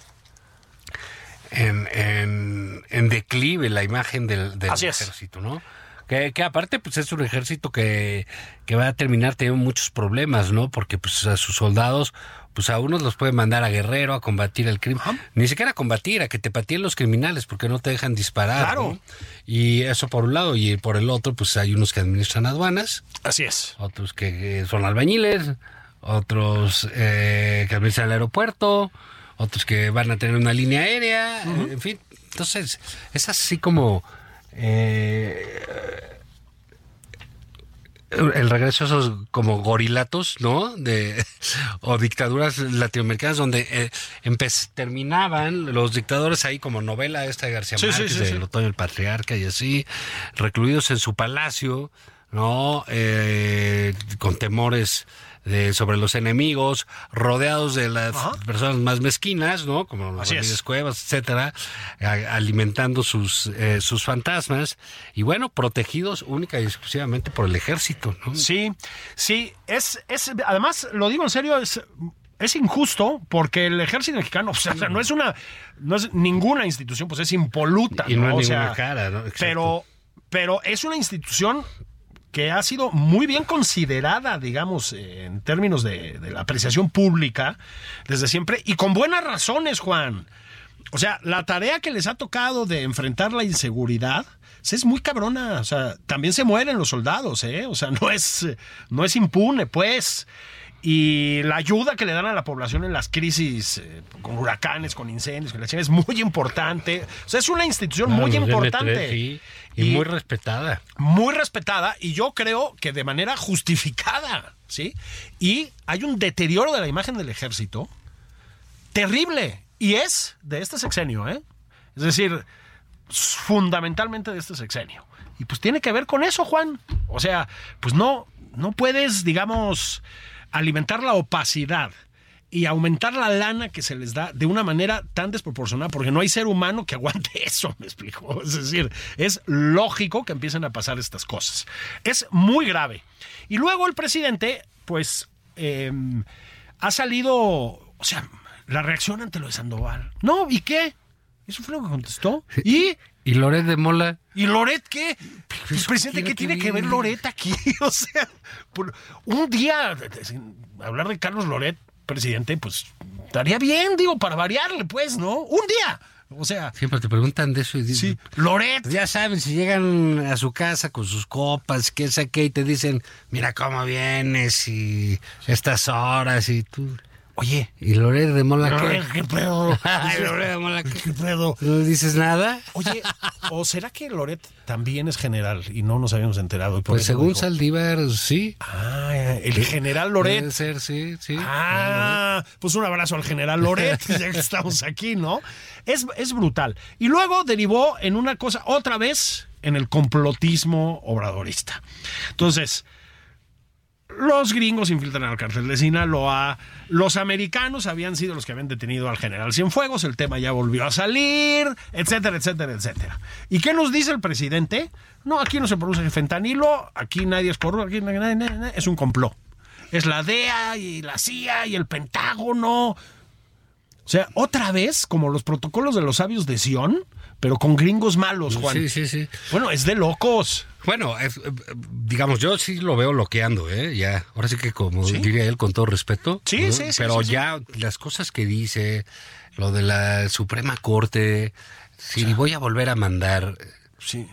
en, en, en declive la imagen del, del Así es. ejército, ¿no? Que, que aparte pues es un ejército que, que va a terminar teniendo muchos problemas, ¿no? Porque pues a sus soldados, pues a unos los pueden mandar a guerrero, a combatir el crimen. Ni siquiera a combatir, a que te pateen los criminales porque no te dejan disparar. Claro. ¿no? Y eso por un lado. Y por el otro pues hay unos que administran aduanas, Así es. otros que eh, son albañiles, otros eh, que administran el aeropuerto, otros que van a tener una línea aérea, eh, en fin. Entonces, es así como eh, el regreso a esos como gorilatos, ¿no? De, o dictaduras latinoamericanas donde eh, empe- terminaban los dictadores ahí como novela esta de García Sí, sí, Márquez, sí, del sí. otoño del patriarca y así, recluidos en su palacio, ¿no? Eh, con temores de- sobre los enemigos, rodeados de las personas más mezquinas, ¿no? Como los Así es. Ramírez cuevas, etcétera, a- alimentando sus, eh, sus fantasmas y bueno, protegidos única y exclusivamente por el ejército, ¿no? Sí, sí, es, es, además, lo digo en serio, es, es injusto porque el ejército mexicano, o sea, no es una, no es ninguna institución, pues es impoluta. Y no hay O ninguna sea, cara, ¿no? Exacto. Pero, pero es una institución que ha sido muy bien considerada, digamos, eh, en términos de, de la apreciación pública desde siempre y con buenas razones, Juan. O sea, la tarea que les ha tocado de enfrentar la inseguridad pues, es muy cabrona. O sea, también se mueren los soldados, ¿eh? O sea, no es, no es impune, pues. Y la ayuda que le dan a la población en las crisis, eh, con huracanes, con incendios, con la chingada, es muy importante. O sea, es una institución Claro, muy los M3, importante sí, y, muy respetada. muy respetada y yo creo que de manera justificada, ¿sí? Y hay un deterioro de la imagen del ejército terrible y es de este sexenio, ¿eh? Es decir, s- fundamentalmente de este sexenio. Y pues tiene que ver con eso, Juan. O sea, pues no no puedes, digamos, alimentar la opacidad y aumentar la lana que se les da de una manera tan desproporcionada, porque no hay ser humano que aguante eso, me explico. Es decir, es lógico que empiecen a pasar estas cosas. Es muy grave. Y luego el presidente, pues, eh, ha salido, o sea, la reacción ante lo de Sandoval. No, ¿y qué? Eso fue lo que contestó. ¿Y? Y Loret de Mola, ¿Y Loret qué? Pues, presidente, tiene ¿qué que tiene que ver ver? Loret aquí? O sea, por- un día de- de- sin hablar de Carlos Loret, presidente, pues estaría bien, digo, para variarle, pues, ¿no? Un día. O sea, siempre te preguntan de eso y sí, dicen, Loret. pues ya saben, si llegan a su casa con sus copas, que sé qué, y te dicen, mira cómo vienes y estas horas y tú. Oye, Y Loret de Mola, ¿qué? ¿qué pedo? Ay, Loret de Mola, ¿Qué ¿qué? pedo? ¿No dices nada? Oye, ¿o será que Loret también es general y no nos habíamos enterado? y por Pues eso según dijo? Saldívar, sí. Ah, el general Loret. Puede ser, sí, sí. Ah, pues un abrazo al general Loret, ya que estamos aquí, ¿no? Es, es brutal. Y luego derivó en una cosa, otra vez, en el complotismo obradorista. Entonces, los gringos infiltran al cártel de Sinaloa, los americanos habían sido los que habían detenido al general Cienfuegos, el tema ya volvió a salir, etcétera, etcétera, etcétera. ¿Y qué nos dice el presidente? No, aquí no se produce fentanilo, aquí nadie es corrupto, aquí nadie- nadie- nadie- nadie- es un complot. Es la DEA y la CIA y el Pentágono. O sea, otra vez, como los protocolos de los sabios de Sion, pero con gringos malos, Juan. Sí, sí, sí. Bueno, es de locos. Bueno, es, eh, digamos, yo sí lo veo loqueando, ¿eh? Ya, ahora sí que como diría él con todo respeto. Sí, sí, sí, Pero sí, sí. ya las cosas que dice, lo de la Suprema Corte, si voy a volver a mandar... Sí.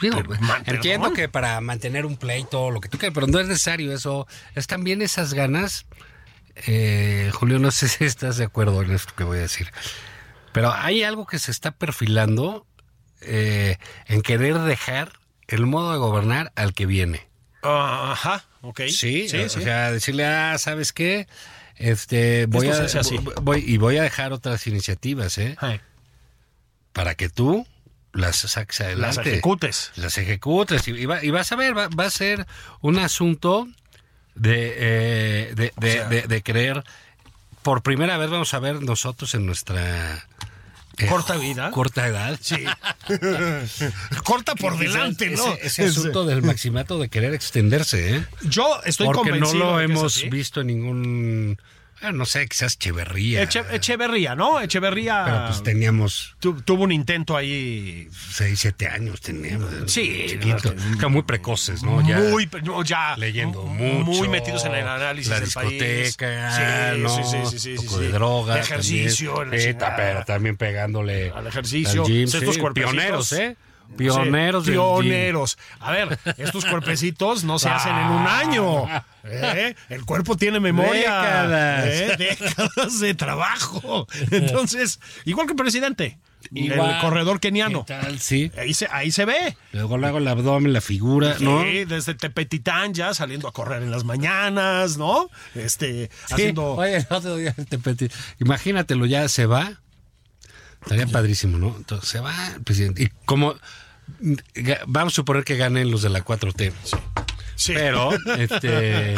Digo, Pero, man, entiendo perdón. que para mantener un pleito, lo que tú quieras, pero no es necesario eso. Es también esas ganas. eh, Julio, no sé si estás de acuerdo en esto que voy a decir, pero hay algo que se está perfilando eh, en querer dejar el modo de gobernar al que viene. Ajá, ok. Sí, sí, o, sí. o sea, decirle, ah, ¿sabes qué? Este, voy Esto se a, hace así. voy- y voy a dejar otras iniciativas, ¿eh? Ay, Para que tú las saques Las adelante ejecutes. pues, las ejecutas y, y va- y vas a ver, va, va a ser un asunto de, eh, de, de- de- de creer. Por primera vez vamos a ver nosotros en nuestra... eh, Corta vida. Corta edad. Sí, Corta por delante, ese, ¿no? Ese, asunto del maximato de querer extenderse, ¿eh? Yo estoy Porque no convencido. lo de que es hemos así. visto en ningún... ah, no sé, quizás Cheverría. Eche- ah, Echeverría, ¿no? Echeverría pero pues teníamos tu- tuvo un intento ahí 6, 7 años, teníamos. Sí, chiquito. Eran muy precoces, ¿no? Ya- muy no, ya leyendo muy mucho. metidos en el análisis La del discoteca, país. ¿no? Sí, sí, sí, sí, sí, Un poco sí. de drogas. ejercicio, también. la Sí, chingada. pero también pegándole Al ejercicio, al gym, pues estos sí. cuerpecitos. Pioneros, ¿eh? Pioneros Sí, del gym. pioneros. A ver, estos cuerpecitos no se hacen en un año. ¿eh? El cuerpo tiene memoria. Ah. Décadas. ¿eh? Décadas de trabajo. Entonces, igual que el presidente. Y el Igual. corredor keniano. ¿Qué tal? Sí. Ahí se, ahí se ve. Luego le hago el abdomen, la figura, ¿no? Sí, desde Tepetitán ya saliendo a correr en las mañanas, ¿no? Este, Sí. haciendo. Oye, el otro día te peti- Imagínatelo, ya se va. Estaría padrísimo, ¿no? Entonces se va el presidente. Y como. ga- Vamos a suponer que ganen los de la 4T. Sí. Pero, este.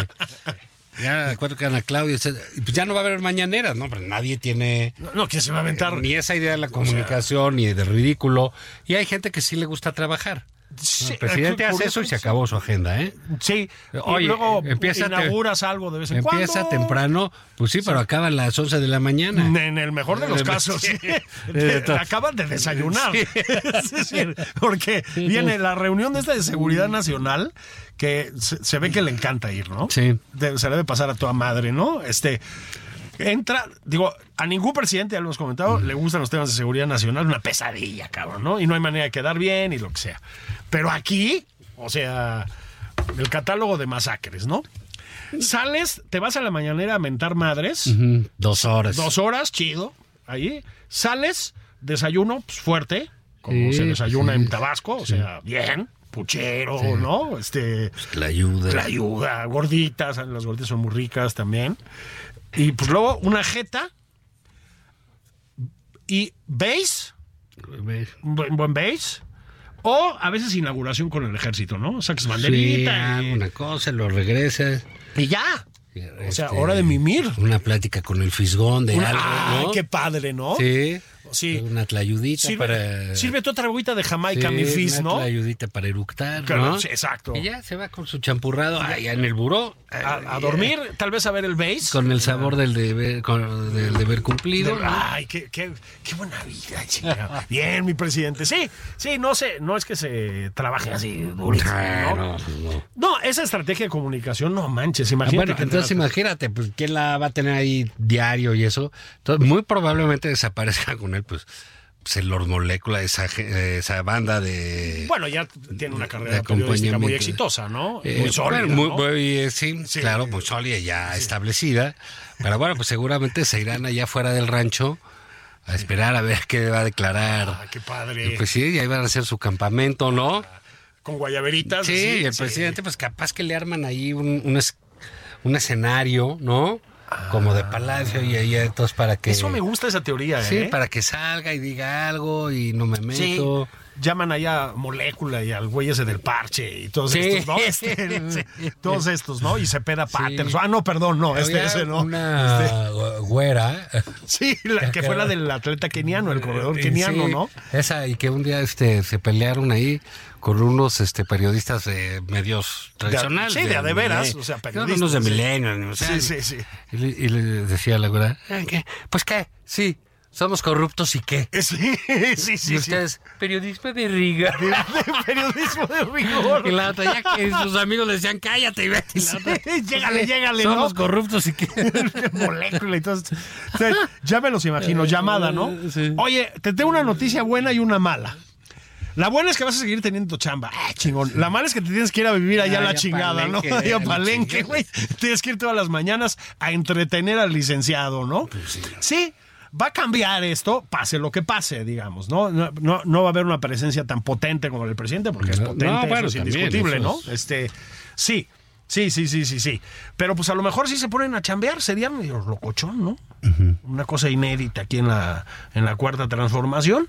Ya, de acuerdo que Ana Claudia, etcétera. Y pues ya no va a haber mañaneras, ¿no? Pero nadie tiene eh, No, que se va a aventar. ni esa idea de la comunicación, ni de ridículo. Y hay gente que sí le gusta trabajar. Sí, el presidente qué hace eso y curioso. se acabó su agenda, ¿eh? Sí, y Oye, luego empieza te- inauguras algo de vez en cuando. Empieza temprano, pues sí, pero acaba a las 11 de la mañana. En el mejor de los casos. Sí. Eh, Te- te acaban de desayunar. Sí. Es decir, porque viene la reunión de esta de seguridad nacional que se, se ve que le encanta ir, ¿no? Sí. De- se le debe pasar a toda madre, ¿no? Este. Entra, digo, a ningún presidente, ya lo hemos comentado, le gustan los temas de seguridad nacional, una pesadilla, cabrón, ¿no? Y no hay manera de quedar bien y lo que sea. Pero aquí, o sea, el catálogo de masacres, ¿no? Sales, te vas a la mañanera a mentar madres, Ujú, Mm, Dos horas. Dos horas, chido. Ahí sales, desayuno pues, fuerte, como Sí, se desayuna sí, en Tabasco, o sea, bien, puchero, ¿no? Este, La ayuda. la ayuda, gorditas, las gorditas son muy ricas también. Y pues luego una jeta y base, un buen, buen base. O a veces inauguración con el ejército, ¿no? Sacas Sí, banderita y- alguna cosa, lo regresas. y ya. O sea, Este, hora de mimir. Una plática con el fisgón de Una- algo, ¡Ay, ¿no? qué padre, ¿no? Sí. Sí. Una tlayudita Sirve, para. sírvete otra agüita de eh, sí, Jamaica, mi fizz, Una ¿no? tlayudita para eructar, Claro, ¿no? sí, exacto. Y ya se va con su champurrado allá en el buró. A, a dormir, tal vez a ver el bass. Con el sabor del deber, con- del deber cumplido. ¿no? Ay, qué, qué, qué buena vida, chingada. Bien, mi presidente. Sí, sí, no sé, no es que se trabaje así durísimo, Ah, ¿no? no, pues no. No, esa estrategia de comunicación, no manches, Ah, imagínate. bueno, que te entonces la- imagínate, pues quién la va a tener ahí diario y eso. Entonces, muy probablemente desaparezca con él, pues, pues el Lord Molecula, esa, ge- eh, esa banda de. Bueno, ya tiene una de carrera acompañamiento. periodística muy exitosa, ¿no? Eh, muy sólida, bueno, muy- ¿no? muy, eh, sí, Sí. claro, muy sólida, ya establecida. Pero bueno, pues seguramente se irán allá fuera del rancho a esperar a ver qué va a declarar. Ah, qué padre. Y pues sí, ya iban a hacer su campamento, ¿no? Con guayaberitas. Sí, y el presidente, pues capaz que le arman ahí un, un es- un escenario, ¿no? Como de palacio y ahí entonces para que... Eso me Ah. gusta esa teoría, Sí, ¿eh? para que salga y diga algo y no me Sí. meto. llaman allá molécula y al güey ese del parche y todos Sí. estos, ¿no? Este, el- Todos estos, ¿no? Y se peda Patterson. Ah, no, perdón, no, este, Había ese, ¿no? Una Este, gu- eh, güera. sí, la que fue la del atleta keniano, el corredor Eh, keniano, sí, ¿no? Esa, y que un día este, se pelearon ahí con unos este, periodistas eh, medios tradicionales. sí, de a de veras, Milenio. o sea, No, periodistas, Unos de sí. Milenio. o sea, Sí, sí, sí. Y, le- y le decía la güera, "Ah, ¿qué? pues qué, sí, somos corruptos y qué. Eh, Sí, sí, y sí. sí. ustedes, periodismo de riga. De, de periodismo de rigor. Y la otra, ya que sus amigos le decían, cállate y vete. Y la otra, Sí, llégale, llégale, ¿no? Somos corruptos y qué. molécula y todo esto. O sea, ya me los imagino, Eh, llamada, ¿no? Oye, te tengo una noticia buena y una mala. La buena es que vas a seguir teniendo chamba. Ah, chingón. La mala es que te tienes que ir a vivir allá Ah, a la ya chingada, Palenque, ¿no? a Allá a la palenque, chingada. güey. Tienes que ir todas las mañanas a entretener al licenciado, ¿no? Pues sí. va a cambiar esto, pase lo que pase, digamos, ¿no? No, no, no va a haber una presencia tan potente como el presidente, porque es No, potente, no, eso bueno, es también, indiscutible, eso ¿no? es- Este, sí, sí, sí, sí, sí, sí. Pero pues a lo mejor sí se ponen a chambear, serían medio locochón, ¿no? Una cosa inédita aquí en la, en la cuarta transformación.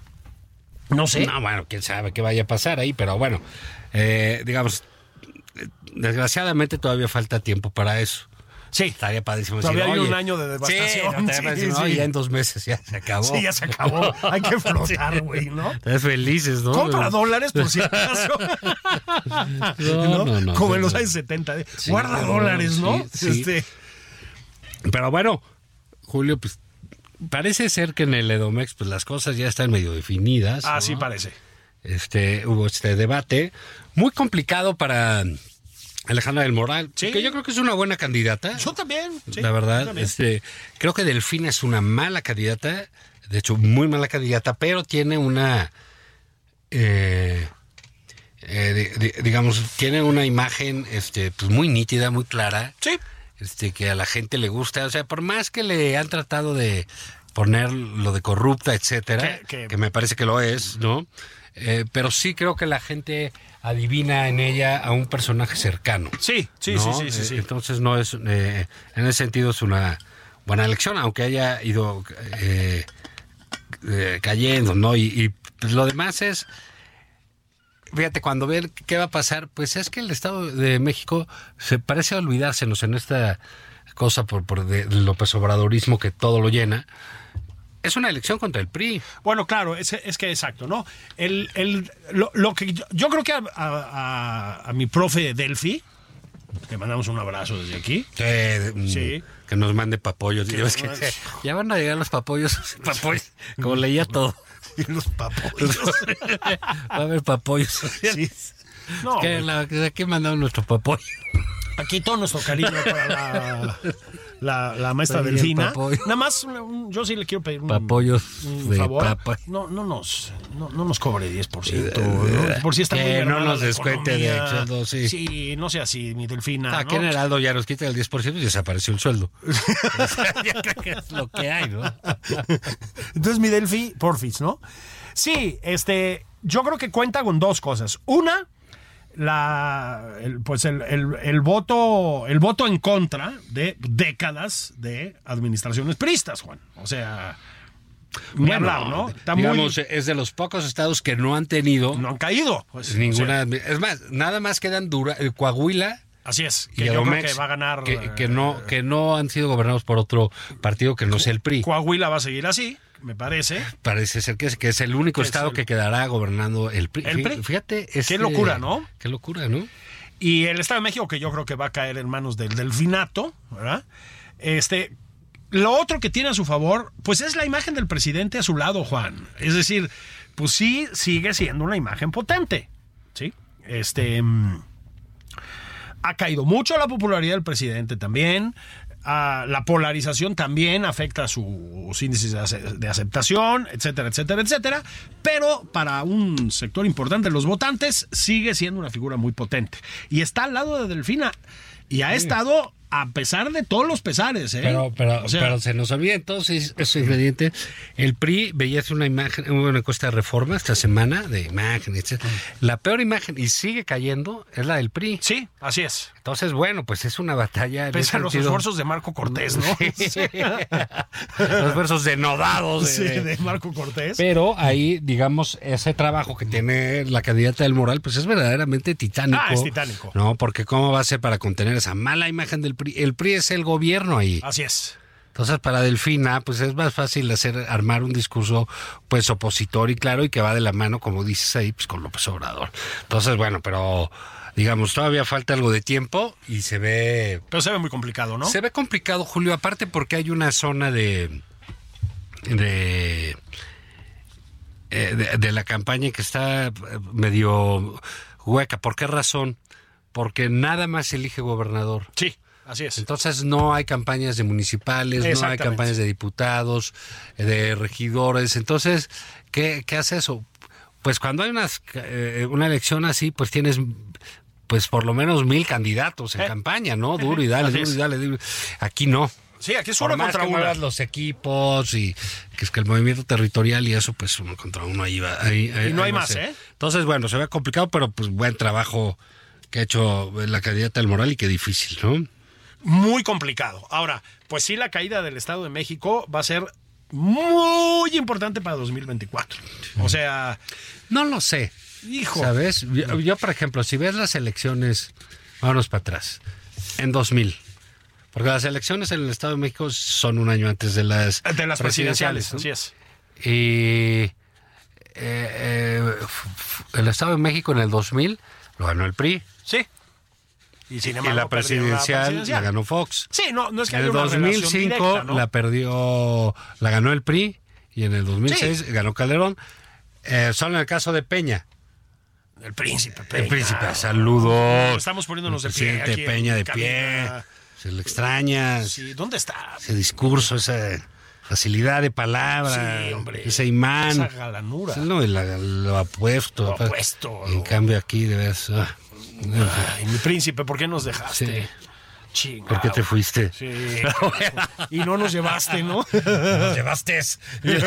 No sé. No, bueno, quién sabe qué vaya a pasar ahí, pero bueno, eh, digamos, eh, desgraciadamente todavía falta tiempo para eso. Sí. Estaría padrísimo Todavía decir, hay un "Oye, año de sí, devastación". no, estaría Sí, padrísimo, sí. "Oye, ya en dos meses ya se acabó. Sí, ya se acabó. Hay que flotar, güey, ¿no? Estás felices, ¿no? Compra dólares por si acaso. No, ¿no? no, no, Como en no, los no. años 70. de, Sí, Guarda no, dólares, ¿no? sí, sí. Este, Pero bueno, Julio, pues parece ser que en el Edomex pues las cosas ya están medio definidas. ¿no? así ah, parece. este hubo este debate muy complicado para Alejandra del Moral, Sí. que yo creo que es una buena candidata. Yo también. sí, la yo verdad, también. este creo que Delfina es una mala candidata, de hecho muy mala candidata, pero tiene una eh, eh, di- di- digamos tiene una imagen este pues muy nítida, muy clara Sí. este, que a la gente le gusta. O sea, por más que le han tratado de poner lo de corrupta, etcétera, Que- que- que me parece que lo es, ¿no? Eh, pero sí creo que la gente adivina en ella a un personaje cercano. Sí, sí, ¿no? sí, sí, sí, Eh, sí. Entonces no es, eh, en ese sentido es una buena elección, aunque haya ido eh, eh, cayendo, ¿no? Y, y, pues, lo demás es, fíjate, cuando ver qué va a pasar, pues es que el Estado de México se parece olvidársenos en esta cosa por, por de, López Obradorismo que todo lo llena. Es una elección contra el PRI. Bueno, claro, es, es que exacto, ¿no? El, el- lo, lo que yo, yo creo que a, a- a- a mi profe de Delphi, le mandamos un abrazo desde aquí. Que, mm, Sí. que nos mande papollos. Ya, ves que- mande- ya van a llegar los papollos. papollos como leía todo. Y los papos. Va a haber papollos. Sí. No, Que la- que aquí mandaron nuestro papoyo. aquí todo nuestro cariño para la, la- la maestra Está bien, Delfina. papoyo. Nada más, un- yo sí le quiero pedir un, Papollos un de favor. papa. No, no, nos, no, no nos cobre 10%. ¿no? Por si está muy Que no mermada nos la descuente de economía. sueldo, sí. Ah, Sí, no sea así, mi Delfina. Aquí Ah, ¿no? en Heraldo ya nos quita el 10% y desapareció el sueldo. O sea, ya creo que es lo que hay, ¿no? Entonces, mi Delphi, porfis, ¿no? Sí, este, yo creo que cuenta con dos cosas. Una, la, el- pues el, el- el voto, el voto en contra de décadas de administraciones pristas, Juan. O sea, ni hablar, ¿no? Está muy- digamos, eh, es de los pocos estados que no han tenido no han caído. pues, ninguna. o sea, es más, nada más quedan Dura, eh, Coahuila así es. y Que yo creo Edomex, que va a ganar. Que, que eh, no, que no han sido gobernados por otro partido que no sea el PRI. Coahuila va a seguir así, me parece. Parece ser que es, que es el único es estado el- que quedará gobernando el PRI. ¿El PRI? Fíjate. este- locura, ¿no? Qué locura, ¿no? Y el Estado de México, que yo creo que va a caer en manos del delfinato, ¿verdad? Este, lo otro que tiene a su favor, pues es la imagen del presidente a su lado, Juan. Es decir, pues sí sigue siendo una imagen potente, ¿sí? Este... mm, ha caído mucho la popularidad del presidente también. ah, la polarización también afecta a sus índices de ace- de aceptación, etcétera, etcétera, etcétera. Pero para un sector importante de los votantes sigue siendo una figura muy potente. Y está al lado de Delfina. Y ha estado a pesar de todos los pesares, ¿eh? Pero, pero, O sea, pero se nos olvida entonces ese ingrediente. El PRI veía hace una imagen, hubo una encuesta de reforma esta semana de imagen, etc. Mm. La peor imagen, y sigue cayendo, es la del PRI. Sí, así es. Entonces, bueno, pues es una batalla. en Pese ese a los sentido. esfuerzos de Marco Cortés, ¿no? Sí. los esfuerzos denodados. Sí, de- de- de Marco Cortés. Pero ahí, digamos, ese trabajo que tiene la candidata del Moral, pues es verdaderamente titánico. Ah, es titánico. No, porque ¿cómo va a ser para contener esa mala imagen del PRI? El PRI es el gobierno ahí. Así es. Entonces, para Delfina, pues es más fácil hacer, armar un discurso, pues, opositor y claro, y que va de la mano, como dices ahí, pues con López Obrador. Entonces, bueno, pero digamos, todavía falta algo de tiempo y se ve. Pero se ve muy complicado, ¿no? Se ve complicado, Julio, aparte porque hay una zona de. de. eh, de, de la campaña que está eh, medio hueca. ¿Por qué razón? Porque nada más elige gobernador. Sí, así es. Entonces no hay campañas de municipales, no hay Exactamente. campañas de diputados, eh, de regidores. Entonces, ¿qué, qué hace eso? Pues cuando hay unas, eh, una elección así, pues tienes pues por lo menos mil candidatos en Eh. campaña, ¿no? Duro y dale, Así duro y es. dale, duro. Aquí no. Sí, aquí es Por uno más contra que uno. muevas los equipos y que es que el movimiento territorial y eso, pues uno contra uno ahí va. ahí- ahí- Y no ahí hay va a más, ser. ¿eh? Entonces, bueno, se ve complicado, pero pues buen trabajo que ha hecho la candidata del Moral y qué difícil, ¿no? Muy complicado. Ahora, pues sí, la caída del Estado de México va a ser muy importante para 2024. O sea, No lo sé. hijo. ¿Sabes? Yo, yo, por ejemplo, si ves las elecciones, vámonos para atrás, en 2000. Porque las elecciones en el Estado de México son un año antes de las, De las presidenciales, ¿no? así es. Y eh, eh, f- f- el Estado de México en el 2000 lo ganó el PRI. Sí. Y sin y embargo, la perdió la presidencial la presidencial. ganó Fox. Sí, no, no es que en el haya una relación 2005 directa, ¿no? la perdió, la ganó el PRI y en el 2006 ganó Calderón. Eh, solo en el caso de Peña. El príncipe Peña. El príncipe, saludos. Estamos poniéndonos de El pie presidente aquí en Peña de pie. cabina. Se le extraña Sí, ¿dónde está? ese discurso, esa facilidad de palabra, Sí, hombre. Ah, ese imán. Esa galanura. No, y la- lo apuesto. Lo apa- apuesto. En cambio aquí, de veras, ah, Ay, mi príncipe, ¿por qué nos sí. dejaste? Chingado. ¿Por qué te fuiste? este, ah, Sí. y no nos llevaste, ¿no? Nos llevaste.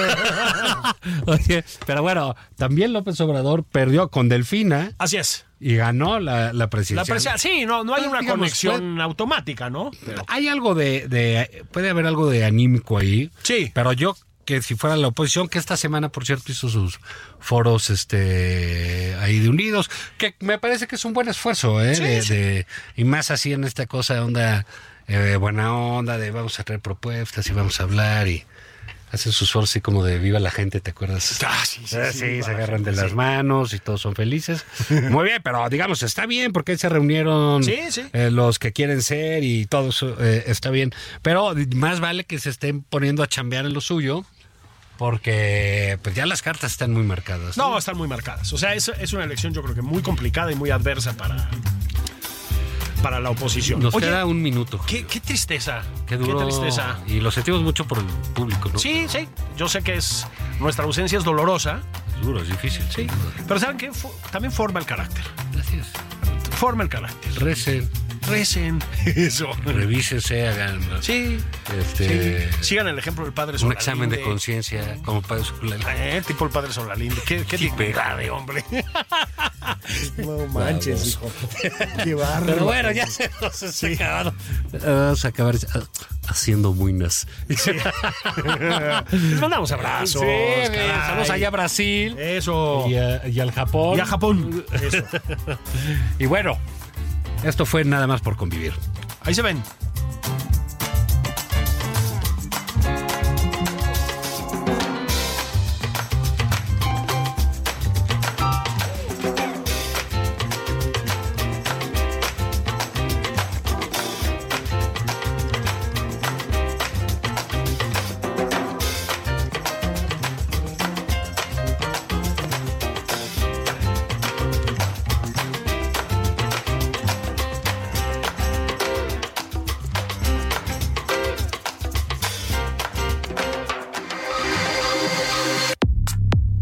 Oye, pero bueno, también López Obrador perdió con Delfina Así es. y ganó la, la La presidencia. presidencia- sí, no, no hay una Digamos, conexión automática, ¿no? Pero- Hay algo de, de- Puede haber algo de anímico ahí. Sí. Pero yo, que si fuera la oposición, que esta semana, por cierto, hizo sus foros este ahí de unidos, que me parece que es un buen esfuerzo, ¿eh? de, de- y más así en esta cosa de onda, eh, buena onda, de vamos a traer propuestas y vamos a hablar y. Hacen sus foros así como de viva la gente, ¿te acuerdas? Ah, sí, sí, Ah, sí, sí, viva se la agarran gente, de las sí. manos y todos son felices. Muy bien, pero digamos, está bien porque ahí se reunieron Sí, sí. eh, los que quieren ser y todo eso eh, está bien. Pero más vale que se estén poniendo a chambear en lo suyo porque pues ya las cartas están muy marcadas. No, están muy marcadas. O sea, es, es una elección yo creo que muy complicada y muy adversa para, para la oposición. Nos Oye, queda un minuto. qué, qué tristeza. Qué duro. Qué tristeza. Y lo sentimos mucho por el público, ¿no? Sí, sí. Yo sé que es nuestra ausencia es dolorosa, Duro, es difícil. Sí. pero ¿saben qué? Fu- También forma el carácter. Así es. Forma el carácter. Recen, Recen. Eso. revísense, hagan Sí. este, sí. Sigan el ejemplo del padre un Solalinde. examen de conciencia como para escolar. Eh, tipo el padre Solalinde. Qué, qué dignidad de hombre. no manches, hijo. Qué barro. Pero bueno, ya se nos se acabaron. Vamos a acabar ah, haciendo buenas. Les mandamos abrazos. caray. saludos allá a Brasil Eso. y, a- y al Japón. Y a Japón. Eso. Y bueno, esto fue nada más por convivir. Ahí se ven.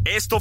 Esto